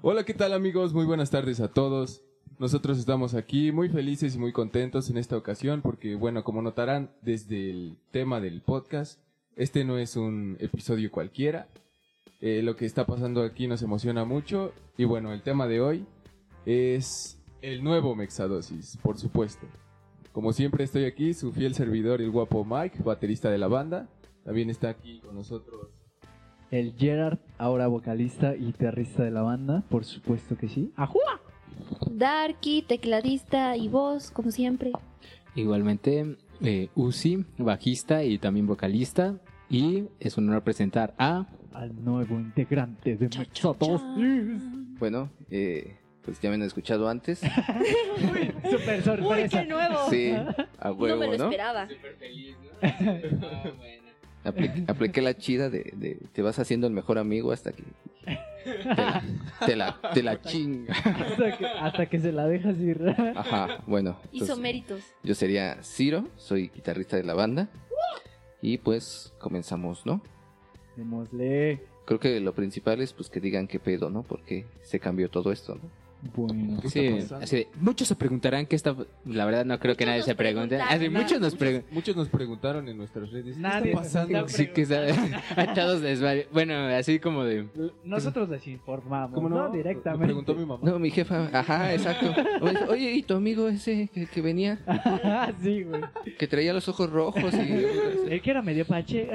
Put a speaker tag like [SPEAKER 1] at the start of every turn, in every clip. [SPEAKER 1] Hola, ¿qué tal amigos? Muy buenas tardes a todos. Nosotros estamos aquí muy felices y muy contentos en esta ocasión porque, bueno, como notarán desde el tema del podcast, este no es un episodio cualquiera. Eh, lo que está pasando aquí nos emociona mucho y, bueno, el tema de hoy es el nuevo Mexadosis, por supuesto. Como siempre estoy aquí, su fiel servidor, el guapo Mike, baterista de la banda. También está aquí con nosotros
[SPEAKER 2] El Gerard, ahora vocalista y guitarrista de la banda, por supuesto que sí. ¡Ajúa!
[SPEAKER 3] Darky, tecladista y voz, como siempre.
[SPEAKER 4] Igualmente, eh, Uzi, bajista y también vocalista. Y es un honor presentar a.
[SPEAKER 2] Al nuevo integrante de
[SPEAKER 3] Cha, cha,
[SPEAKER 2] Mexatos.
[SPEAKER 3] cha.
[SPEAKER 5] Bueno, eh, pues ya me han escuchado antes.
[SPEAKER 2] Super
[SPEAKER 3] Uy,
[SPEAKER 2] sorpresa.
[SPEAKER 3] qué nuevo.
[SPEAKER 5] Sí, a
[SPEAKER 3] No
[SPEAKER 5] huevo,
[SPEAKER 3] me lo
[SPEAKER 5] ¿no?
[SPEAKER 3] esperaba.
[SPEAKER 1] Súper feliz, ¿no?
[SPEAKER 5] Apliqué, apliqué la chida de, de te vas haciendo el mejor amigo hasta que te la, te la, te la chinga.
[SPEAKER 2] hasta, que, hasta que se la dejas ir.
[SPEAKER 5] Ajá, bueno.
[SPEAKER 3] Hizo
[SPEAKER 5] entonces,
[SPEAKER 3] méritos.
[SPEAKER 5] yo sería Ciro, soy guitarrista de la banda. Y pues comenzamos, ¿no?
[SPEAKER 2] Démosle.
[SPEAKER 5] Creo que lo principal es pues que digan qué pedo, ¿no? Porque se cambió todo esto, ¿no?
[SPEAKER 2] Bueno.
[SPEAKER 1] ¿Qué
[SPEAKER 4] Sí,
[SPEAKER 1] está pasando?
[SPEAKER 4] así de, muchos se preguntarán que esta. La verdad, no creo que
[SPEAKER 3] Muchos
[SPEAKER 4] nadie
[SPEAKER 3] nos
[SPEAKER 4] se pregunte.
[SPEAKER 3] preguntaron.
[SPEAKER 4] Así, muchos nos preguntan.
[SPEAKER 1] Muchos, muchos nos preguntaron en nuestras redes. ¿Qué está
[SPEAKER 2] Nadie nos
[SPEAKER 1] pasando?
[SPEAKER 2] está
[SPEAKER 4] Sí, que sabe. Echados de desvario. Bueno, así como de.
[SPEAKER 2] Nosotros les informamos,
[SPEAKER 1] ¿Cómo
[SPEAKER 2] no?
[SPEAKER 1] no?
[SPEAKER 2] Directamente.
[SPEAKER 1] Me preguntó mi mamá.
[SPEAKER 5] No, mi jefa, ajá, exacto. Oye, ¿y tu amigo ese que, que venía?
[SPEAKER 2] Ah, sí, güey.
[SPEAKER 5] Que traía los ojos rojos y...
[SPEAKER 2] El que era medio pache.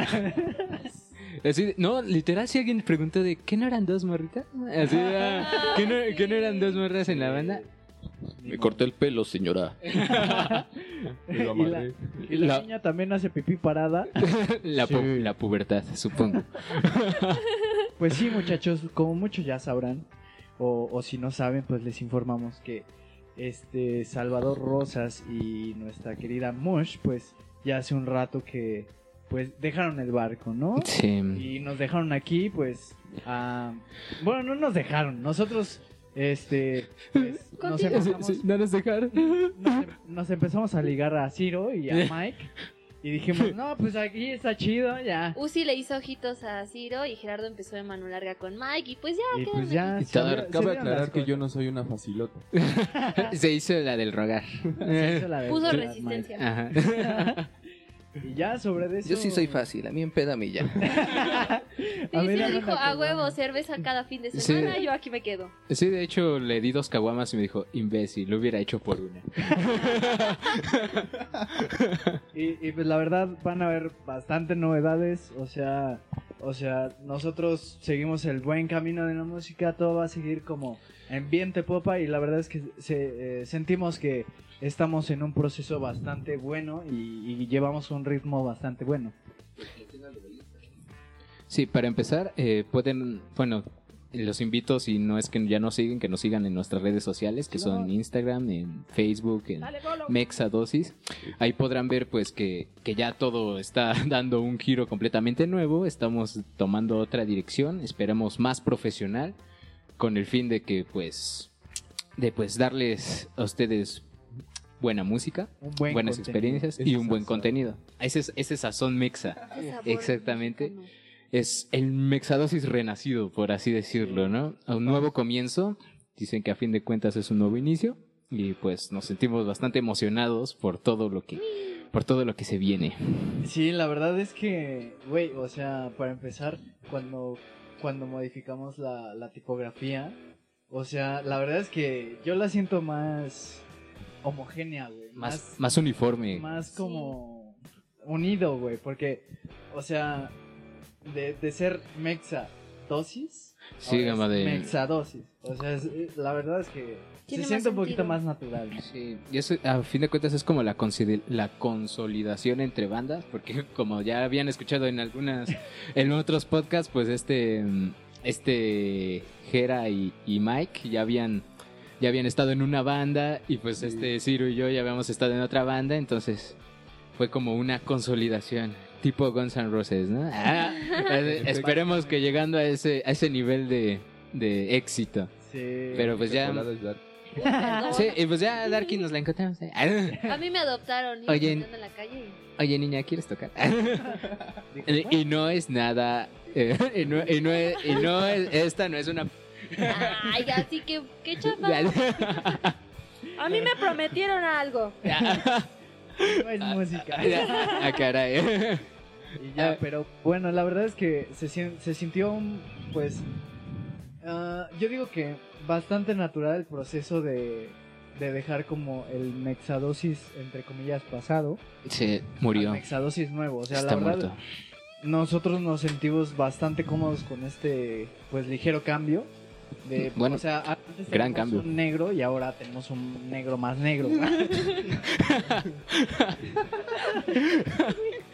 [SPEAKER 4] Así de- no, literal, si alguien pregunta de ¿qué no eran dos morritas? Así de, ah, ¿qué, no, qué no eran dos morras en la banda?
[SPEAKER 5] Me corté el pelo, señora.
[SPEAKER 1] Y lo
[SPEAKER 2] Y la-
[SPEAKER 1] amarré.
[SPEAKER 2] Y la
[SPEAKER 4] La-
[SPEAKER 2] niña también hace pipí parada.
[SPEAKER 4] La, pu-
[SPEAKER 2] Sí.
[SPEAKER 4] la pubertad, supongo.
[SPEAKER 2] Pues sí, muchachos, como muchos ya sabrán, o, o si no saben, pues les informamos que este Salvador Rosas y nuestra querida Mosh, pues ya hace un rato que pues dejaron el barco, ¿no?
[SPEAKER 4] Sí.
[SPEAKER 2] Y nos dejaron aquí, pues, a- bueno, no nos dejaron, nosotros, este, pues, nos
[SPEAKER 3] Contigo.
[SPEAKER 2] empezamos,
[SPEAKER 4] no nos dejaron.
[SPEAKER 2] nos, em- nos empezamos a ligar a Ciro y a Mike y dijimos, no, pues aquí está chido, ya.
[SPEAKER 3] Uzi le hizo ojitos a Ciro y Gerardo empezó de mano larga con Mike y pues ya
[SPEAKER 2] Y
[SPEAKER 3] quedaron
[SPEAKER 2] pues ya,
[SPEAKER 3] aquí.
[SPEAKER 2] se
[SPEAKER 4] Cabe
[SPEAKER 2] abrió- se
[SPEAKER 1] Cabe
[SPEAKER 2] abrieron las
[SPEAKER 1] aclarar que
[SPEAKER 2] cosas.
[SPEAKER 1] yo no soy una facilota.
[SPEAKER 4] Se hizo la del rogar. Eh.
[SPEAKER 2] Se hizo la de-
[SPEAKER 3] Puso
[SPEAKER 2] la-
[SPEAKER 3] resistencia.
[SPEAKER 4] Ajá.
[SPEAKER 2] Y ya sobre de eso.
[SPEAKER 5] Yo sí soy fácil, a mí empédame ya.
[SPEAKER 2] A
[SPEAKER 3] Y
[SPEAKER 2] ver,
[SPEAKER 3] Ciro
[SPEAKER 2] háganla
[SPEAKER 3] dijo, a
[SPEAKER 2] que
[SPEAKER 3] huevo,
[SPEAKER 2] no".
[SPEAKER 3] cerveza cada fin de
[SPEAKER 4] Sí.
[SPEAKER 3] semana, yo aquí me quedo.
[SPEAKER 4] Sí, de hecho, le di dos caguamas y me dijo, imbécil, lo hubiera hecho por una.
[SPEAKER 2] Y, y, pues la verdad van a haber bastante novedades, o sea, o sea, nosotros seguimos el buen camino de la música, todo va a seguir como ambiente popa y la verdad es que se- eh, sentimos que estamos en un proceso bastante bueno y, y llevamos un ritmo bastante bueno.
[SPEAKER 4] Sí, para empezar, eh, pueden, bueno, los invito, si no es que ya nos siguen, que nos sigan en nuestras redes sociales, que son Instagram, en Facebook, en Mexadosis. Ahí podrán ver pues que, que ya todo está dando un giro completamente nuevo, estamos tomando otra dirección, esperamos más profesional, con el fin de que pues, de pues darles a ustedes buena música,
[SPEAKER 2] Un buen
[SPEAKER 4] buenas
[SPEAKER 2] contenido.
[SPEAKER 4] experiencias y
[SPEAKER 1] Ese
[SPEAKER 4] un buen
[SPEAKER 1] sazón.
[SPEAKER 4] contenido. Ese es, ese sazón mexa
[SPEAKER 3] Ese sabor
[SPEAKER 4] Exactamente.
[SPEAKER 3] mexicano.
[SPEAKER 4] es el mexadosis renacido, por así decirlo, ¿no? A un nuevo comienzo. Dicen que a fin de cuentas es un nuevo inicio. Y pues nos sentimos bastante emocionados por todo lo que, por todo lo que se viene.
[SPEAKER 2] Sí, la verdad es que, güey, o sea, para empezar, cuando, cuando modificamos la, la tipografía, o sea, la verdad es que yo la siento más homogénea, güey.
[SPEAKER 4] Más, más uniforme.
[SPEAKER 2] más como unido, güey, porque, o sea, de, de ser mexadosis,
[SPEAKER 4] Sí,
[SPEAKER 2] ahora
[SPEAKER 4] gama
[SPEAKER 2] es
[SPEAKER 4] de.
[SPEAKER 2] mexadosis. O sea, es- la verdad es que se
[SPEAKER 3] Tiene
[SPEAKER 2] siente
[SPEAKER 3] más
[SPEAKER 2] un poquito
[SPEAKER 3] sentido.
[SPEAKER 2] más natural. ¿no?
[SPEAKER 4] Sí, y eso a fin de cuentas es como la, considel- la consolidación entre bandas, porque como ya habían escuchado en algunas, en otros podcasts, pues este, mm, este Jera y, y Mike ya habían, ya habían estado en una banda y pues
[SPEAKER 1] Sí.
[SPEAKER 4] este Ciro y yo ya habíamos estado en otra banda, entonces fue como una consolidación. Tipo Guns N' Roses, ¿no? Ah, eh, esperemos que llegando a ese, a ese nivel de, de éxito.
[SPEAKER 2] Sí.
[SPEAKER 4] Pero pues ya...
[SPEAKER 1] Chocolate es dark.
[SPEAKER 3] Uy, perdón.
[SPEAKER 4] Sí, y pues ya Darky nos la encontramos. ¿eh?
[SPEAKER 3] A mí me adoptaron y
[SPEAKER 4] Oye,
[SPEAKER 3] me en la calle. y-
[SPEAKER 4] Oye, niña, ¿quieres tocar?
[SPEAKER 2] Dijo,
[SPEAKER 4] y no es nada. eh, y, no, y no es, y no es- Esta no es una.
[SPEAKER 3] Ay, así que, qué chafa.
[SPEAKER 6] A mí me prometieron algo.
[SPEAKER 2] No es música.
[SPEAKER 4] Ah, caray.
[SPEAKER 2] Y ya, Ah, pero bueno, la verdad es que se, sien- se sintió un, pues, ah, yo digo que bastante natural el proceso de, de dejar como el mexadosis, entre comillas, pasado.
[SPEAKER 4] Se
[SPEAKER 2] al
[SPEAKER 4] murió.
[SPEAKER 2] Mexadosis nuevo, o sea,
[SPEAKER 4] Está
[SPEAKER 2] la verdad,
[SPEAKER 4] muerto.
[SPEAKER 2] nosotros nos sentimos bastante cómodos con este, pues, ligero cambio. De,
[SPEAKER 4] Bueno,
[SPEAKER 2] o sea, antes teníamos
[SPEAKER 4] gran cambio.
[SPEAKER 2] un negro y ahora tenemos un negro más negro.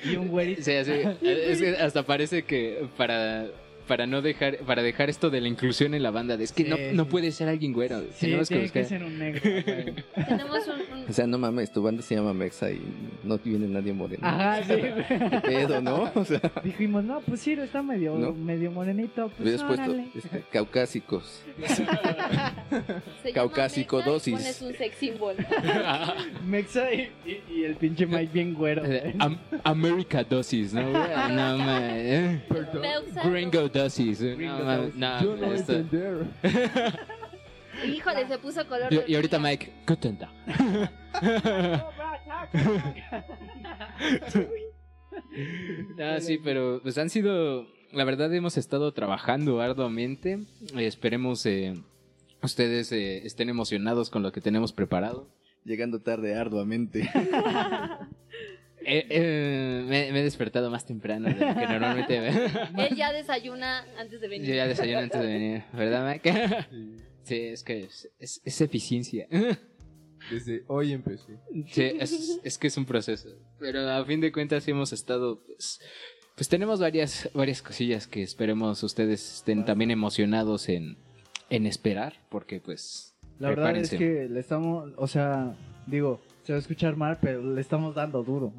[SPEAKER 2] y un güerito.
[SPEAKER 4] Sí, así, es que hasta parece que para para no dejar para dejar esto de la inclusión en la banda de, es que
[SPEAKER 2] Sí,
[SPEAKER 4] no, no
[SPEAKER 2] sí.
[SPEAKER 4] puede ser alguien güero
[SPEAKER 2] Sí,
[SPEAKER 4] tenemos que
[SPEAKER 2] tiene que
[SPEAKER 4] buscar
[SPEAKER 2] ser un negro. güey.
[SPEAKER 3] Tenemos un, un-
[SPEAKER 5] O sea, no mames, tu banda se llama Mexa y no viene nadie moreno.
[SPEAKER 2] Ajá, sí. güey.
[SPEAKER 5] ¿Qué pedo, no? O sea,
[SPEAKER 2] Dijimos, no, pues sí, está medio,
[SPEAKER 5] No.
[SPEAKER 2] medio morenito. Pues,
[SPEAKER 5] hubieras puesto
[SPEAKER 2] órale.
[SPEAKER 5] este, caucásicos.
[SPEAKER 3] se llama
[SPEAKER 5] Caucásico
[SPEAKER 3] mexa y
[SPEAKER 5] dosis.
[SPEAKER 3] Pones un sex symbol.
[SPEAKER 2] Mexa y, y- y el pinche Mike bien güero. güey.
[SPEAKER 4] Am- America dosis no no mames.
[SPEAKER 1] Perdón.
[SPEAKER 3] Mexa.
[SPEAKER 4] Gringo dosis no
[SPEAKER 2] Gringo
[SPEAKER 4] mames,
[SPEAKER 2] dosis.
[SPEAKER 4] no,
[SPEAKER 1] Yo no voy a
[SPEAKER 4] esto-
[SPEAKER 1] entender.
[SPEAKER 3] Híjole, se puso color.
[SPEAKER 4] Yo-
[SPEAKER 3] de
[SPEAKER 4] y ahorita
[SPEAKER 3] hormiga.
[SPEAKER 4] Mike "Guten Tag". Ah, sí, pero pues han sido, la verdad hemos estado trabajando arduamente. Eh, Esperemos eh, ustedes eh, estén emocionados con lo que tenemos preparado.
[SPEAKER 5] Llegando tarde arduamente.
[SPEAKER 4] Eh, eh, me, me he despertado más temprano de lo que normalmente me-
[SPEAKER 3] Él ya desayuna antes de venir.
[SPEAKER 4] Yo ya desayuno antes de venir, ¿verdad, Mike? Sí, es que es, es- es eficiencia.
[SPEAKER 1] Desde hoy empecé.
[SPEAKER 4] Sí, es, es que es un proceso. Pero a fin de cuentas sí hemos estado, pues, pues tenemos varias, varias cosillas que esperemos ustedes estén también emocionados en, en esperar, porque pues...
[SPEAKER 2] La verdad
[SPEAKER 4] prepárense.
[SPEAKER 2] es que le estamos, o sea, digo, se va a escuchar mal, pero le estamos dando duro.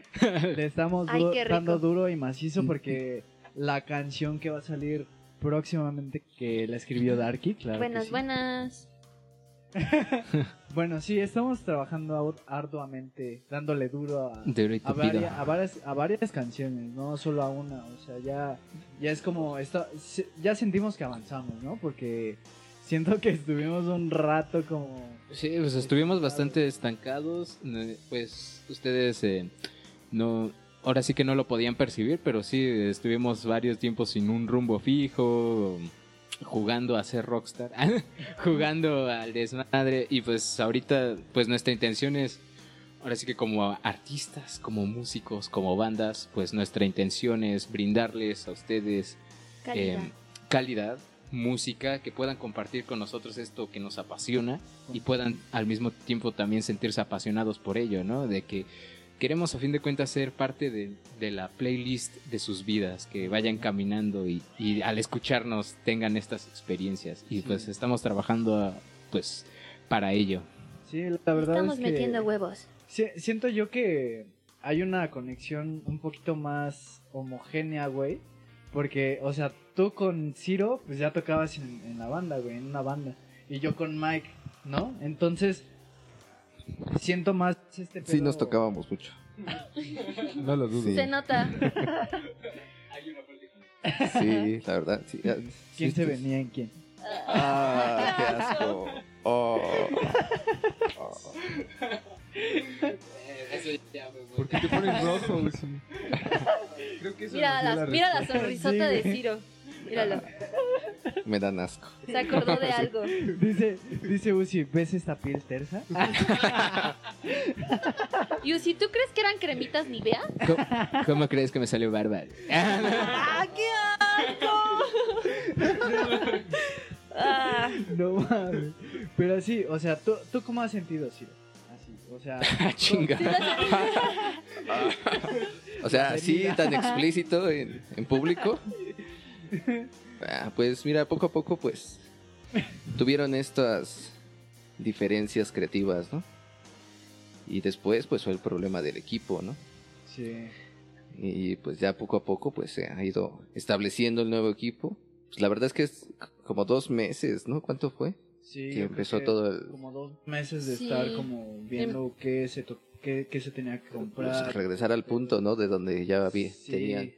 [SPEAKER 2] le estamos
[SPEAKER 3] Ay,
[SPEAKER 2] du-
[SPEAKER 3] qué rico.
[SPEAKER 2] dando duro y macizo porque la canción que va a salir próximamente que la escribió Darky, claro. que
[SPEAKER 3] buenas,
[SPEAKER 2] sí.
[SPEAKER 3] buenas.
[SPEAKER 2] Bueno, sí, estamos trabajando au- arduamente, dándole duro a,
[SPEAKER 4] Duro y
[SPEAKER 2] a,
[SPEAKER 4] tupido.
[SPEAKER 2] varia- a varias, a varias canciones, no solo a una. O sea, ya, ya es como, esta- se- ya sentimos que avanzamos, ¿no? Porque siento que estuvimos un rato como...
[SPEAKER 4] Sí, pues estuvimos bastante estancados. eh, Pues ustedes eh, no. Ahora sí que no lo podían percibir, pero sí eh, estuvimos varios tiempos sin un rumbo fijo, jugando a ser rockstar, jugando al desmadre. Y pues ahorita, pues nuestra intención es. Ahora sí que como artistas, como músicos, como bandas, pues nuestra intención es brindarles a ustedes
[SPEAKER 3] Calidad.
[SPEAKER 4] eh, calidad, música, que puedan compartir con nosotros esto que nos apasiona y puedan al mismo tiempo también sentirse apasionados por ello, ¿no? De que queremos a fin de cuentas ser parte de, de la playlist de sus vidas, que vayan caminando y, y al escucharnos tengan estas experiencias. Y pues estamos trabajando ah, pues para ello.
[SPEAKER 2] Sí, la verdad
[SPEAKER 3] Estamos
[SPEAKER 2] es que
[SPEAKER 3] metiendo huevos.
[SPEAKER 2] si- siento yo que hay una conexión un poquito más homogénea, güey. Porque, o sea, tú con Ciro, pues ya tocabas en, en la banda, güey, en una banda. Y yo con Mike, ¿no? Entonces, siento más este
[SPEAKER 5] Sí,
[SPEAKER 2] pedo-
[SPEAKER 5] nos tocábamos mucho.
[SPEAKER 1] No lo dudo.
[SPEAKER 5] Sí.
[SPEAKER 3] Se nota.
[SPEAKER 5] Sí, la verdad, sí. Ah,
[SPEAKER 2] ¿Quién
[SPEAKER 5] sí,
[SPEAKER 2] se
[SPEAKER 5] sí.
[SPEAKER 2] venía en quién?
[SPEAKER 5] Ah, qué asco. Oh. Oh.
[SPEAKER 2] Eh,
[SPEAKER 1] Porque te pones rojo, Uzi? Creo que eso
[SPEAKER 3] Mira
[SPEAKER 1] nos dio
[SPEAKER 3] la, mira la
[SPEAKER 1] respuesta.
[SPEAKER 3] sonrisota de
[SPEAKER 2] Sí, güey.
[SPEAKER 3] Ciro. Míralo.
[SPEAKER 5] Me dan asco.
[SPEAKER 3] Se acordó de algo.
[SPEAKER 2] Dice, dice Uzi, ¿ves esta piel tersa?
[SPEAKER 3] Y si tú crees que eran cremitas Nivea,
[SPEAKER 4] ¿Cómo, cómo crees que me salió bárbaro?
[SPEAKER 6] ¡Ah, qué asco! Ah,
[SPEAKER 2] No mames. Pero sí, o sea, ¿tú, tú cómo has sentido, Ciro? Así, o sea...
[SPEAKER 4] Chinga.
[SPEAKER 5] O sea, así tan explícito en, en público. Ah, pues mira, poco a poco, pues tuvieron estas diferencias creativas, ¿no? Y después, pues fue el problema del equipo, ¿no?
[SPEAKER 2] Sí.
[SPEAKER 5] Y pues ya poco a poco, pues se ha ido estableciendo el nuevo equipo. Pues, la verdad es que es c- como dos meses, ¿no? ¿Cuánto fue?
[SPEAKER 2] Sí,
[SPEAKER 5] Que
[SPEAKER 2] yo creo
[SPEAKER 5] empezó
[SPEAKER 2] que
[SPEAKER 5] todo el.
[SPEAKER 2] Como dos meses de
[SPEAKER 3] Sí. Em-
[SPEAKER 2] estar como viendo qué se, to- qué, qué se tenía que
[SPEAKER 5] pues,
[SPEAKER 2] comprar.
[SPEAKER 5] regresar al punto, ¿no? De donde ya había,
[SPEAKER 2] Sí.
[SPEAKER 5] tenían.
[SPEAKER 2] Sí,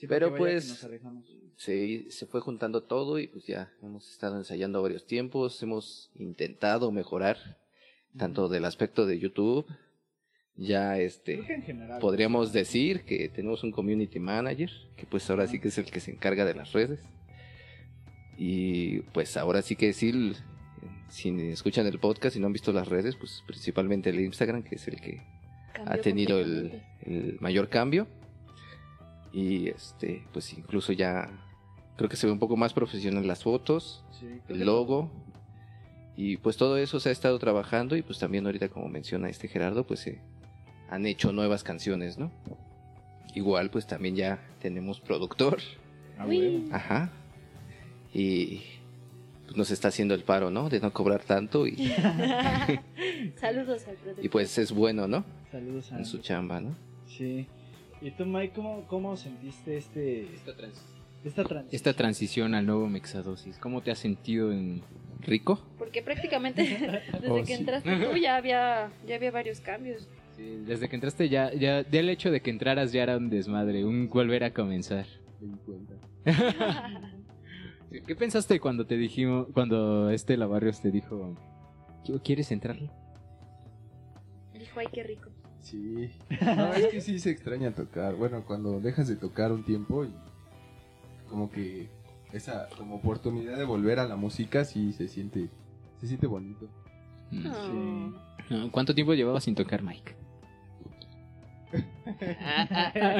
[SPEAKER 2] Sí,
[SPEAKER 5] Pero,
[SPEAKER 2] porque vaya que
[SPEAKER 5] pues,
[SPEAKER 2] nos alejamos.
[SPEAKER 5] se, se fue juntando todo y pues ya hemos estado ensayando varios tiempos, hemos intentado mejorar tanto del aspecto de YouTube, ya
[SPEAKER 2] Creo que
[SPEAKER 5] este
[SPEAKER 2] en general.
[SPEAKER 5] podríamos decir que tenemos un community manager, que pues ahora sí que es el que se encarga de las redes. Y pues ahora sí que decir, si escuchan el podcast y no han visto las redes, pues principalmente el Instagram, que es el que ha
[SPEAKER 3] Cambió
[SPEAKER 5] tenido el,
[SPEAKER 3] completamente.
[SPEAKER 5] el mayor cambio. Y este, pues incluso ya creo que se ve un poco más profesional las fotos,
[SPEAKER 2] Sí, creo que-
[SPEAKER 5] el logo. Y pues todo eso se ha estado trabajando y pues también ahorita como menciona este Gerardo, pues se han hecho nuevas canciones, ¿no? Igual pues también ya tenemos productor.
[SPEAKER 2] Ah,
[SPEAKER 3] Uy,
[SPEAKER 5] Ajá. Y pues, nos está haciendo el paro, ¿no? De no cobrar tanto y,
[SPEAKER 3] ah. Saludos al productor.
[SPEAKER 5] y pues es bueno, ¿no?
[SPEAKER 2] Saludos a
[SPEAKER 5] En su chamba, ¿no?
[SPEAKER 2] Sí. ¿Y tú, Mike, cómo, cómo sentiste este, esta transición?
[SPEAKER 4] Esta transición al nuevo Mexadosis, ¿cómo te has sentido en rico?
[SPEAKER 3] Porque prácticamente desde
[SPEAKER 4] Oh,
[SPEAKER 3] que
[SPEAKER 4] sí.
[SPEAKER 3] entraste tú ya había, ya había varios cambios.
[SPEAKER 4] Sí, desde que entraste ya, ya, ya el hecho de que entraras ya era un desmadre, un volver a comenzar. ¿Qué pensaste cuando te dijimos, cuando este Lavarrios te dijo, "¿Qui- ¿quieres entrar?
[SPEAKER 3] Dijo, ay, qué rico.
[SPEAKER 1] Sí. No, es que sí se extraña tocar. Bueno, cuando dejas de tocar un tiempo y como que esa como oportunidad de volver a la música sí se siente se siente bonito.
[SPEAKER 4] Mm.
[SPEAKER 3] Oh.
[SPEAKER 4] No, ¿Cuánto tiempo llevabas sin tocar, Mike?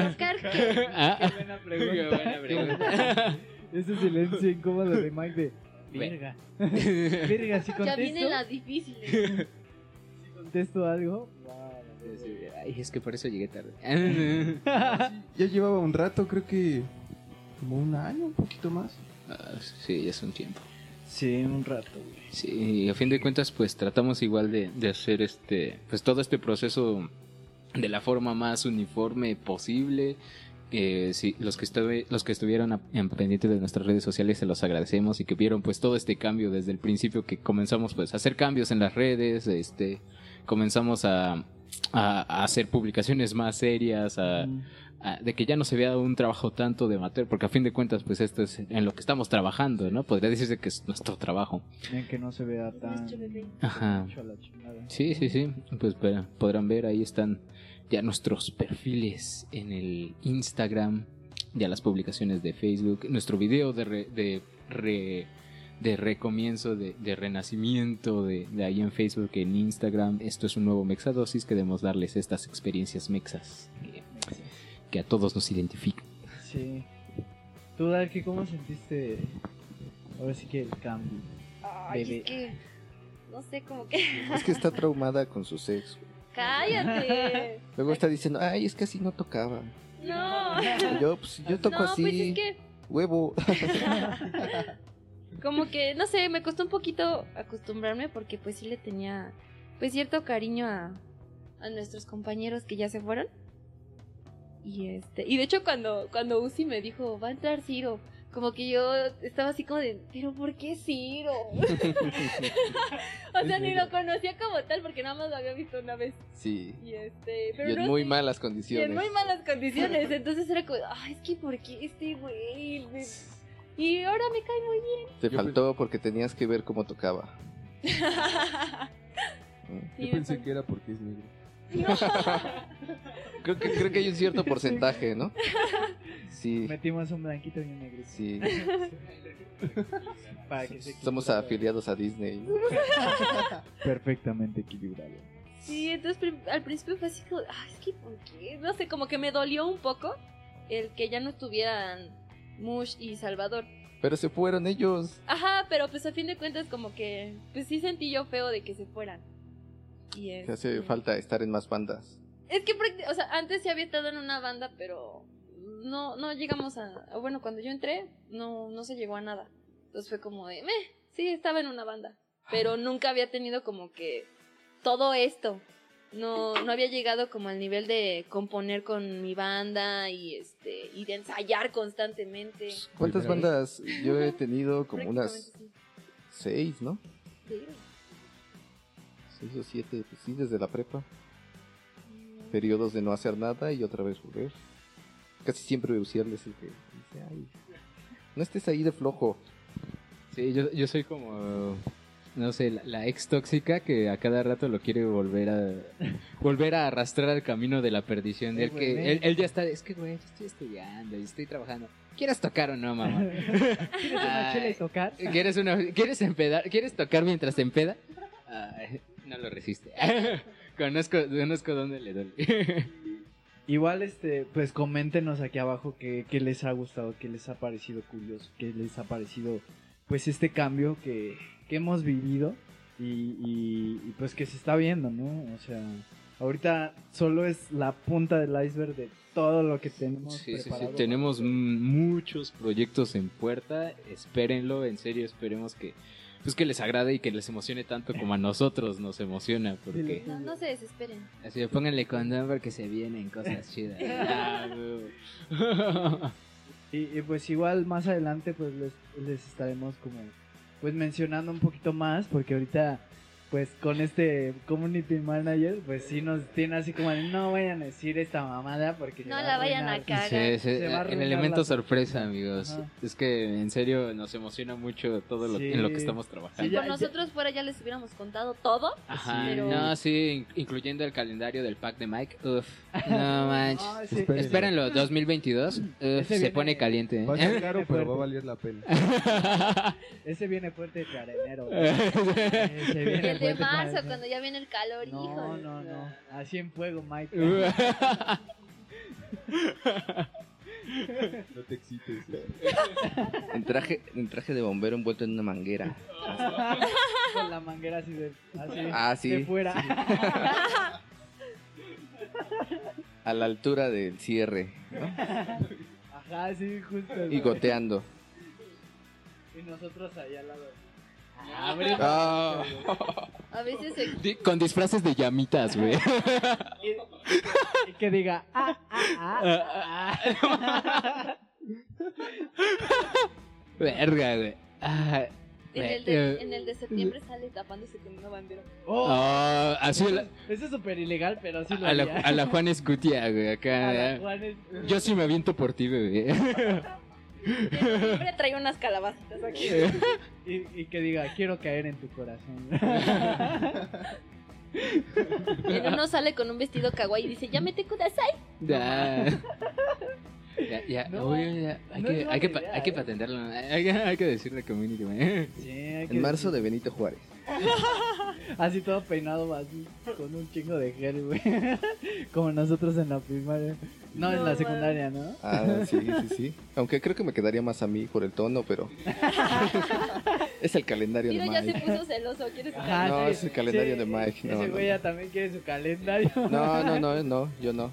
[SPEAKER 3] Oscar, ¿qué?
[SPEAKER 4] Ah,
[SPEAKER 2] Qué buena
[SPEAKER 4] Qué buena pregunta.
[SPEAKER 2] Ese Este silencio incómodo de Mike de...
[SPEAKER 4] Bueno.
[SPEAKER 2] Virga. Virga, si
[SPEAKER 3] ya vienen
[SPEAKER 2] contesto,
[SPEAKER 3] las difíciles.
[SPEAKER 2] si contesto algo...
[SPEAKER 4] Ay, es que por eso llegué tarde.
[SPEAKER 1] Ya llevaba un rato, creo que como un año, un poquito más.
[SPEAKER 4] Ah, sí, ya es un tiempo.
[SPEAKER 2] Sí, un rato, güey.
[SPEAKER 4] Sí, y a fin de cuentas, pues tratamos igual de, de hacer este, pues todo este proceso de la forma más uniforme posible. Eh, sí, los que estuve, los que estuvieron a- en pendiente de nuestras redes sociales se los agradecemos y que vieron pues todo este cambio desde el principio que comenzamos pues a hacer cambios en las redes, este, comenzamos a, a- a hacer publicaciones más serias,
[SPEAKER 5] Ah.
[SPEAKER 4] a,
[SPEAKER 2] Mm,
[SPEAKER 4] a- de que ya no se vea un trabajo tanto de amateur, porque a fin de cuentas pues esto es en lo que estamos trabajando, ¿no? Podría decirse que es nuestro trabajo.
[SPEAKER 2] En que no se vea
[SPEAKER 3] Es
[SPEAKER 2] tan...
[SPEAKER 3] nuestro bebé.
[SPEAKER 4] Ajá.
[SPEAKER 2] mucho a la chingada.
[SPEAKER 4] Sí, sí, sí. Pues verá, podrán ver, ahí están ya nuestros perfiles en el Instagram, ya las publicaciones de Facebook, nuestro video de, re- de, re- de recomienzo, de, de renacimiento de, de ahí en Facebook, en Instagram. Esto es un nuevo Mexadosis, queremos darles estas experiencias mexas que, que a todos nos identifican.
[SPEAKER 2] Sí. Tú, Darky, ¿cómo sentiste? Ahora sí que el cambio.
[SPEAKER 3] Ay, es
[SPEAKER 2] Bebé.
[SPEAKER 3] que, no sé, como que...
[SPEAKER 5] Es que está traumada con su sexo.
[SPEAKER 3] ¡Cállate!
[SPEAKER 5] Luego está diciendo, ay, es que así no tocaba.
[SPEAKER 3] No,
[SPEAKER 5] Y Yo, pues, yo toco
[SPEAKER 3] no,
[SPEAKER 5] así,
[SPEAKER 3] pues es que...
[SPEAKER 5] huevo.
[SPEAKER 3] como que, no sé, me costó un poquito acostumbrarme porque pues sí le tenía pues cierto cariño a, a nuestros compañeros que ya se fueron. Y este, y de hecho cuando, cuando Uzi me dijo, va a entrar Ciro, como que yo estaba así como de, pero ¿por qué Ciro? o sea, ni lo conocía como tal porque nada más lo había visto una vez.
[SPEAKER 5] Sí,
[SPEAKER 3] Y este, pero
[SPEAKER 5] y en
[SPEAKER 3] no
[SPEAKER 5] muy
[SPEAKER 3] sé, y
[SPEAKER 5] malas
[SPEAKER 3] en
[SPEAKER 5] condiciones.
[SPEAKER 3] muy malas condiciones. Entonces era como, ay, es que ¿por qué este güey? Me- Y ahora me cae muy
[SPEAKER 5] Te
[SPEAKER 1] Yo
[SPEAKER 5] faltó porque tenías que ver cómo tocaba.
[SPEAKER 3] bien.
[SPEAKER 5] Mm.
[SPEAKER 3] Sí,
[SPEAKER 1] Yo pensé
[SPEAKER 3] me
[SPEAKER 1] que era porque es negro.
[SPEAKER 5] Creo que, creo que hay un cierto porcentaje, ¿no? Sí,
[SPEAKER 2] Metimos un blanquito y un negrito.
[SPEAKER 5] sí.
[SPEAKER 2] Para que se
[SPEAKER 5] Somos
[SPEAKER 2] equilibrara.
[SPEAKER 5] afiliados a Disney. ¿no?
[SPEAKER 2] Perfectamente equilibrado.
[SPEAKER 3] Sí, entonces prim- al principio fue así como, ah, es que ¿por qué? No sé, como que me dolió un poco el que ya no estuvieran Mush y Salvador.
[SPEAKER 5] Pero se fueron ellos.
[SPEAKER 3] Ajá, pero pues a fin de cuentas como que, pues sí sentí yo feo de que se fueran. Y
[SPEAKER 5] Te
[SPEAKER 3] este-
[SPEAKER 5] hace falta estar en más bandas.
[SPEAKER 3] Es que, prácti- o sea, antes sí había estado en una banda, pero no, no llegamos a, o bueno, cuando yo entré, no, no se llegó a nada. Entonces fue como de, meh, sí, estaba en una banda,
[SPEAKER 5] Ah.
[SPEAKER 3] pero nunca había tenido como que todo esto. No, no había llegado como al nivel de componer con mi banda y este, y de ensayar constantemente.
[SPEAKER 5] ¿Cuántas
[SPEAKER 1] Primera
[SPEAKER 5] bandas yo he tenido? Pues, Como unas
[SPEAKER 3] Prácticamente sí.
[SPEAKER 5] seis, ¿no?
[SPEAKER 3] Sí.
[SPEAKER 5] Seis o siete, pues sí, desde la prepa.
[SPEAKER 3] Mm.
[SPEAKER 5] Periodos de no hacer nada y otra vez volver. Casi siempre Uciel es el que dice, ay, no estés ahí de flojo.
[SPEAKER 4] Sí, yo, yo soy como, no sé, la, la ex tóxica que a cada rato lo quiere volver a volver a arrastrar al camino de la perdición.
[SPEAKER 2] Eh,
[SPEAKER 4] Él,
[SPEAKER 2] güey,
[SPEAKER 4] que,
[SPEAKER 2] ven.
[SPEAKER 4] él, él ya está, es que, güey, yo estoy estudiando y estoy trabajando. ¿Quieres tocar o no, mamá?
[SPEAKER 2] ¿Quieres una
[SPEAKER 4] Ay.
[SPEAKER 2] chela y tocar?
[SPEAKER 4] ¿Quieres, una, ¿quieres, empedar, ¿Quieres tocar mientras te empeda? Ay, no lo resiste. conozco, conozco dónde le duele.
[SPEAKER 2] Igual, este, pues coméntenos aquí abajo qué, qué les ha gustado, qué les ha parecido curioso, qué les ha parecido, pues, este cambio que, que hemos vivido y, y- y, pues que se está viendo, ¿no? O sea, ahorita solo es la punta del iceberg de todo lo que tenemos.
[SPEAKER 4] Sí, sí, sí.
[SPEAKER 2] preparado.
[SPEAKER 4] Tenemos m- muchos proyectos en puerta. Espérenlo, en serio, esperemos que pues que les agrade y que les emocione tanto como a nosotros nos emociona. Porque
[SPEAKER 3] No, no se desesperen.
[SPEAKER 4] así de, pónganle condón porque se vienen cosas chidas. Ah, huevo.
[SPEAKER 2] Y, y, pues igual más adelante pues les, les estaremos como pues mencionando un poquito más porque ahorita pues con este community manager pues sí nos tiene así como de, no vayan a decir esta mamada porque se
[SPEAKER 3] No
[SPEAKER 2] va
[SPEAKER 3] la vayan a
[SPEAKER 2] arruinar".
[SPEAKER 3] cagar.
[SPEAKER 4] Sí, sí,
[SPEAKER 2] Se va a
[SPEAKER 4] el
[SPEAKER 2] arruinar
[SPEAKER 4] elemento
[SPEAKER 2] la-
[SPEAKER 4] sorpresa, amigos.
[SPEAKER 2] Ajá.
[SPEAKER 4] Es que en serio nos emociona mucho todo lo,
[SPEAKER 2] Sí.
[SPEAKER 4] en lo que estamos trabajando.
[SPEAKER 2] Sí,
[SPEAKER 3] Si
[SPEAKER 2] ya-
[SPEAKER 3] por nosotros fuera ya les hubiéramos contado todo.
[SPEAKER 4] Ajá,
[SPEAKER 3] pero-
[SPEAKER 4] no, sí, in- incluyendo el calendario del pack de Mike. Uf, no manches.
[SPEAKER 2] Ah, sí.
[SPEAKER 1] Espera.
[SPEAKER 4] Espérenlo, 2022. Uf,
[SPEAKER 2] Ese
[SPEAKER 4] se
[SPEAKER 2] viene-
[SPEAKER 4] pone caliente. ¿eh?
[SPEAKER 1] Va a ser caro, pero va a
[SPEAKER 2] fuerte.
[SPEAKER 1] valer la pena.
[SPEAKER 2] Ese viene fuerte para enero.
[SPEAKER 5] Eh.
[SPEAKER 2] Ese
[SPEAKER 3] Y
[SPEAKER 2] viene
[SPEAKER 3] el de
[SPEAKER 2] fuerte para
[SPEAKER 3] marzo,
[SPEAKER 2] enero.
[SPEAKER 3] cuando ya viene el calor,
[SPEAKER 2] No,
[SPEAKER 3] híjole.
[SPEAKER 2] no, no. Así en fuego, Mike.
[SPEAKER 1] No te excites.
[SPEAKER 5] En traje, en traje de bombero envuelto en una manguera.
[SPEAKER 2] Con la manguera así de, así
[SPEAKER 5] Ah, sí,
[SPEAKER 2] de fuera.
[SPEAKER 5] A la altura del cierre.
[SPEAKER 2] Ajá, sí, justo.
[SPEAKER 5] Y
[SPEAKER 2] güey.
[SPEAKER 5] goteando.
[SPEAKER 2] Y nosotros allá al lado.
[SPEAKER 5] Ah.
[SPEAKER 3] A veces se
[SPEAKER 4] Di- Con disfraces de llamitas, güey.
[SPEAKER 2] Y, y que diga, ah, ah, ah, ah, ah.
[SPEAKER 4] Verga, güey. Ah,
[SPEAKER 3] En el,
[SPEAKER 2] Eh,
[SPEAKER 3] de, en el de septiembre sale tapándose con una bandera.
[SPEAKER 2] Oh,
[SPEAKER 4] oh, así a la,
[SPEAKER 2] eso es súper ilegal, pero sí lo
[SPEAKER 4] a la-
[SPEAKER 2] haría.
[SPEAKER 4] a la Juan Escutia, güey.
[SPEAKER 2] A la
[SPEAKER 4] Acá. ¿eh?
[SPEAKER 2] Juan es-
[SPEAKER 4] Yo sí me aviento por ti, bebé.
[SPEAKER 3] Siempre trae unas calabacitas aquí.
[SPEAKER 2] y, y que diga, quiero caer en tu corazón.
[SPEAKER 3] En uno sale con un vestido kawaii y dice, ya me te kudasai.
[SPEAKER 4] Ya. Ya, ya,
[SPEAKER 2] No,
[SPEAKER 4] oye, ya, Hay,
[SPEAKER 2] no
[SPEAKER 4] que,
[SPEAKER 2] es
[SPEAKER 4] hay, que,
[SPEAKER 2] mala
[SPEAKER 4] pa-
[SPEAKER 2] idea,
[SPEAKER 4] hay que
[SPEAKER 2] ¿eh?
[SPEAKER 4] patentarlo. Hay, que- hay que decirle a Community, güey.
[SPEAKER 2] Sí, hay que
[SPEAKER 5] En marzo de
[SPEAKER 2] decir-
[SPEAKER 5] Benito Juárez.
[SPEAKER 2] Así todo peinado, así, con un chingo de gel, güey. Como nosotros en la primaria. No, en
[SPEAKER 3] No,
[SPEAKER 2] la
[SPEAKER 3] mames.
[SPEAKER 2] secundaria, ¿no?
[SPEAKER 5] Ah, sí, sí, sí. Aunque creo que me quedaría más a mí por el tono, pero. es el calendario de
[SPEAKER 3] Tiro ya se
[SPEAKER 5] Mike.
[SPEAKER 3] puso celoso, ¿quieres
[SPEAKER 2] Ajá,
[SPEAKER 3] saber?
[SPEAKER 5] No, es el calendario de Mike. No,
[SPEAKER 2] Ese
[SPEAKER 5] no,
[SPEAKER 2] güey ya también quiere su calendario.
[SPEAKER 5] no, no, no, no, yo no.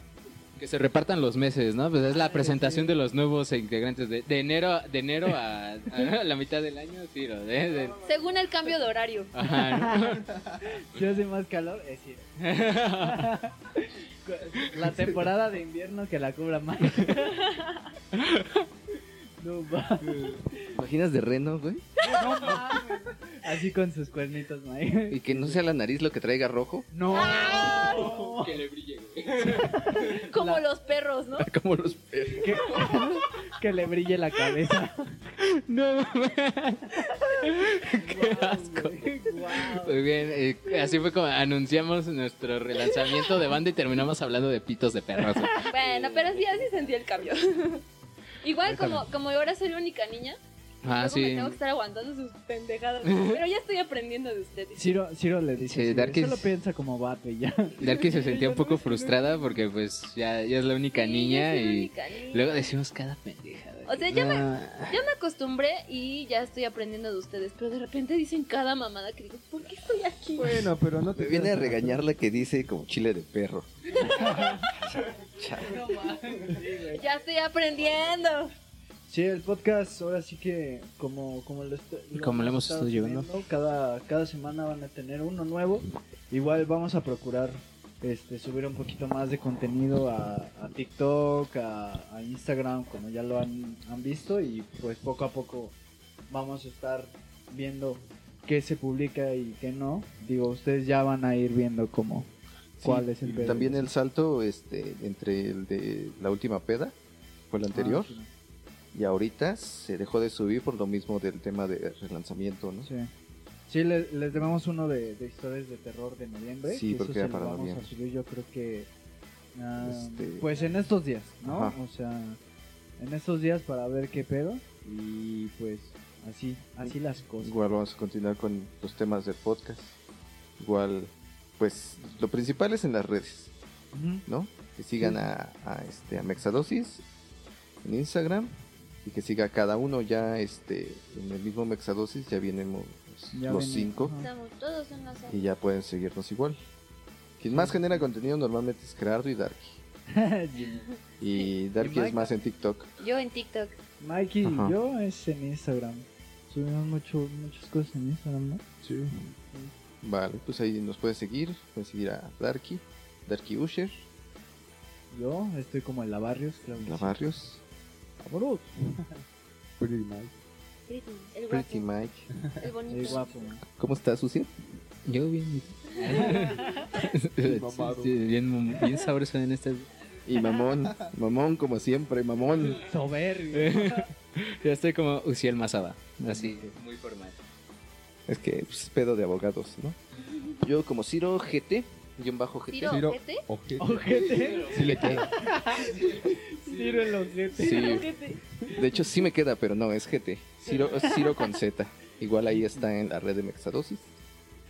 [SPEAKER 4] Que se repartan los meses, ¿no? Pues es
[SPEAKER 3] Ah,
[SPEAKER 4] la presentación de los nuevos integrantes de, de enero de enero a, a la mitad del año, tiro. De, de-
[SPEAKER 3] Según el cambio de horario.
[SPEAKER 4] ajá, ¿no?
[SPEAKER 2] Si hace más calor, es ir. la temporada de invierno que la cubra más. No mames.
[SPEAKER 5] ¿Imaginas de reno, güey?
[SPEAKER 2] No mames. Así con sus cuernitos, Mike.
[SPEAKER 5] Y que no sea la nariz lo que traiga rojo.
[SPEAKER 2] No.
[SPEAKER 4] Que le brille, güey.
[SPEAKER 3] Como
[SPEAKER 2] La-
[SPEAKER 3] los perros, ¿no?
[SPEAKER 5] Como los perros.
[SPEAKER 2] Que, que le brille la cabeza.
[SPEAKER 4] No, Qué asco. Muy bien, eh, así fue como anunciamos nuestro relanzamiento de banda y terminamos hablando de pitos de perros. güey.
[SPEAKER 3] Bueno, pero sí, así sentí el cambio. Igual como, como ahora soy la única niña,
[SPEAKER 4] Ah,
[SPEAKER 3] luego me
[SPEAKER 4] sí.
[SPEAKER 3] tengo que estar aguantando sus pendejadas. Pero ya estoy aprendiendo de ustedes.
[SPEAKER 2] Ciro, Ciro le dice,
[SPEAKER 4] Sí,
[SPEAKER 2] así,
[SPEAKER 4] Dark
[SPEAKER 2] "Solo
[SPEAKER 4] is-
[SPEAKER 2] piensa como Batman ya.
[SPEAKER 4] Darky se sentía un poco frustrada porque pues ya, ya es la única
[SPEAKER 3] Sí,
[SPEAKER 4] niña
[SPEAKER 3] yo soy la
[SPEAKER 4] y
[SPEAKER 3] única niña.
[SPEAKER 4] luego decimos cada pendeja.
[SPEAKER 3] O sea, ya me- Ya me acostumbré y ya estoy aprendiendo de ustedes, pero de repente dicen cada mamada que digo, ¿por qué estoy aquí?
[SPEAKER 1] Bueno, pero no te
[SPEAKER 5] Me viene a
[SPEAKER 1] creas nada.
[SPEAKER 5] regañar la que dice como chile de perro.
[SPEAKER 2] No mames, sí, güey.
[SPEAKER 3] Ya estoy aprendiendo.
[SPEAKER 2] Sí, el podcast ahora sí que como, como lo, est-
[SPEAKER 4] Como lo hemos
[SPEAKER 2] estado
[SPEAKER 4] estado llevando.
[SPEAKER 2] teniendo, Cada, cada semana van a tener uno nuevo. Igual vamos a procurar este, subir un poquito más de contenido a, a TikTok, a, a Instagram, como ya lo han, han visto. Y pues poco a poco vamos a estar viendo qué se publica y qué no. Digo, ustedes ya van a ir viendo cómo, cuál es el
[SPEAKER 5] Y
[SPEAKER 2] pedo. Ah,
[SPEAKER 5] También el salto este, entre el de la última peda fue el anterior.
[SPEAKER 1] Ah.
[SPEAKER 5] Y ahorita se dejó de subir por lo mismo del tema de relanzamiento, ¿no?
[SPEAKER 2] Sí. Sí, le- les, debemos uno de, de historias de terror de noviembre.
[SPEAKER 5] Sí,
[SPEAKER 2] que eso
[SPEAKER 5] porque era
[SPEAKER 2] se lo
[SPEAKER 5] para
[SPEAKER 2] vamos
[SPEAKER 5] noviembre.
[SPEAKER 2] a subir yo creo que... ah,
[SPEAKER 5] Este-
[SPEAKER 2] Pues en estos días, ¿no?
[SPEAKER 5] Ajá.
[SPEAKER 2] O sea, en estos días para ver qué pedo. Y pues así, así las cosas.
[SPEAKER 5] Igual vamos a continuar con los temas del podcast. Igual, pues lo principal es en las redes,
[SPEAKER 2] Ujú.
[SPEAKER 5] ¿no? Que sigan a, a, este, a Mexadosis en Instagram y que siga cada uno ya este, en el mismo Mexadosis, ya vienen
[SPEAKER 2] Ya
[SPEAKER 5] los
[SPEAKER 2] viene,
[SPEAKER 5] cinco
[SPEAKER 2] ajá.
[SPEAKER 3] Estamos todos en la sala.
[SPEAKER 5] y ya pueden seguirnos igual. Quien más genera contenido normalmente es Gerardo y Darky. Y Darky
[SPEAKER 2] Mike.
[SPEAKER 5] es más en TikTok.
[SPEAKER 3] Yo en TikTok.
[SPEAKER 2] Mikey
[SPEAKER 5] Ajá.
[SPEAKER 2] y yo es en Instagram. Subimos mucho, muchas cosas en Instagram, ¿no?
[SPEAKER 5] Sí. Vale, pues ahí nos pueden seguir. Pueden seguir a Darky, Darky Usher,
[SPEAKER 2] Yo estoy como en la barrios, claro.
[SPEAKER 5] La Barrios,
[SPEAKER 2] Vámonos.
[SPEAKER 1] Pretty mal.
[SPEAKER 3] Pretty, el guapo,
[SPEAKER 5] Pretty Mike.
[SPEAKER 3] el
[SPEAKER 2] Qué
[SPEAKER 3] bonito.
[SPEAKER 2] guapo.
[SPEAKER 5] ¿Cómo estás, Susi?
[SPEAKER 4] Yo bien.
[SPEAKER 1] mamado.
[SPEAKER 4] Sí, bien, mom- bien sabroso en este estas.
[SPEAKER 5] Y mamón, mamón como siempre, mamón.
[SPEAKER 2] Soberbio.
[SPEAKER 4] Ya estoy como Uciel Mazaba. Así, muy formal.
[SPEAKER 5] Es que pues, es pedo de abogados, ¿no? Yo como Ciro GT, guión bajo GT.
[SPEAKER 3] Tiro,
[SPEAKER 1] Ciro.
[SPEAKER 3] ojete.
[SPEAKER 1] Ojete.
[SPEAKER 2] Oh. Ojete.
[SPEAKER 1] Sí le queda.
[SPEAKER 2] Tiro el ojete.
[SPEAKER 5] Sí. De hecho, sí me queda, pero no, es GT. Ciro, es Ciro con Z. Igual ahí está en la red de Mexadosis.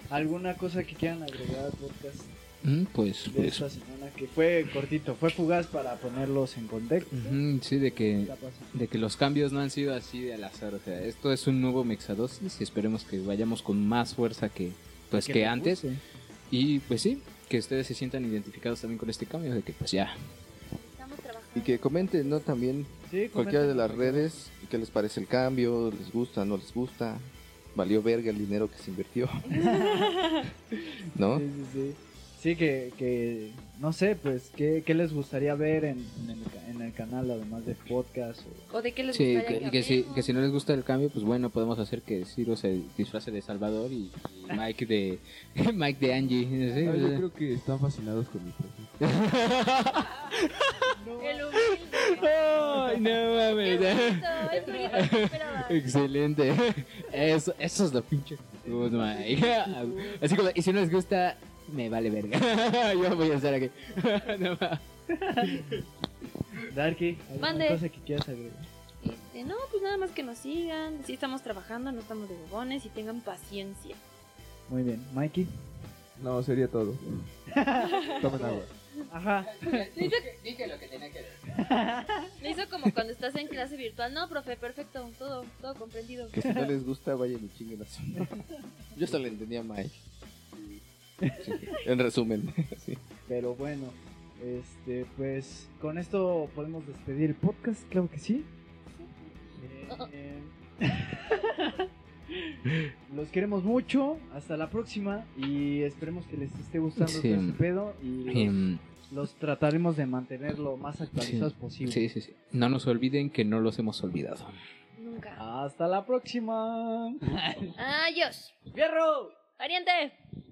[SPEAKER 2] ¿Alguna cosa que quieran agregar al podcast
[SPEAKER 4] Mm, Pues,
[SPEAKER 2] de
[SPEAKER 4] pues.
[SPEAKER 2] esta semana? Que fue cortito, fue fugaz para ponerlos en contexto.
[SPEAKER 4] ujú, sí, de que
[SPEAKER 2] Está pasando.
[SPEAKER 4] de que los cambios no han sido así de al azar. O sea, esto es un nuevo Mexadosis y esperemos que vayamos con más fuerza que, pues, que,
[SPEAKER 2] les
[SPEAKER 4] antes.
[SPEAKER 2] guste.
[SPEAKER 4] Y pues sí, que ustedes se sientan identificados también con este cambio, de que pues ya.
[SPEAKER 3] Estamos trabajando.
[SPEAKER 5] Y que comenten, ¿no? También
[SPEAKER 2] Sí,
[SPEAKER 5] cualquiera de
[SPEAKER 2] comenten.
[SPEAKER 5] las redes, qué les parece el cambio, les gusta, no les gusta, valió verga el dinero que se invirtió, ¿no?
[SPEAKER 2] Sí, sí, sí. Sí, que, que no sé, pues, ¿qué, qué les gustaría ver en, en el, ca- en el canal, además de podcast? o-
[SPEAKER 3] ¿O de qué les
[SPEAKER 4] Sí,
[SPEAKER 3] gustaría
[SPEAKER 4] que,
[SPEAKER 3] que
[SPEAKER 4] que si,
[SPEAKER 3] hablemos?
[SPEAKER 4] que si no les gusta el cambio, pues bueno, podemos hacer que Ciro se disfrace de Salvador y, y Mike de Mike de Angie. ¿sí?
[SPEAKER 1] Ah, yo creo que están fascinados con mi perfil.
[SPEAKER 3] El humilde.
[SPEAKER 4] Ay, no
[SPEAKER 3] Qué
[SPEAKER 4] mames.
[SPEAKER 3] bonito, es bonito, no lo esperaba.
[SPEAKER 4] Excelente. Eso, eso es lo pinche. actitud, Mike. Así como, y si no les gusta, me vale verga. Yo voy a estar aquí. No mames.
[SPEAKER 2] Darky, ¿alguna
[SPEAKER 3] Mande.
[SPEAKER 2] cosa que quieras agregar?
[SPEAKER 3] Este, no, pues nada más que nos sigan. Sí estamos trabajando, no estamos de bobones y tengan paciencia.
[SPEAKER 2] Muy bien, Mikey.
[SPEAKER 1] No, sería todo. Tomen agua.
[SPEAKER 2] Ajá.
[SPEAKER 3] Me hizo como cuando estás en clase virtual. No, profe, perfecto, todo, todo comprendido.
[SPEAKER 5] Que si no les gusta, vayan y chinguen a su madre. Yo hasta le entendía a Mike. Sí, en resumen, sí.
[SPEAKER 2] Pero bueno, este, pues con esto podemos despedir el podcast, claro que sí. Eh, Los queremos mucho, hasta la próxima y esperemos que les esté gustando
[SPEAKER 4] Sí.
[SPEAKER 2] todo este pedo y los,
[SPEAKER 4] Em,
[SPEAKER 2] los trataremos de mantener lo más actualizados posible.
[SPEAKER 4] Sí, sí, sí. No nos olviden que no los hemos olvidado.
[SPEAKER 3] Nunca.
[SPEAKER 2] Hasta la próxima.
[SPEAKER 3] Adiós.
[SPEAKER 2] ¡Fierro!
[SPEAKER 3] Pariente.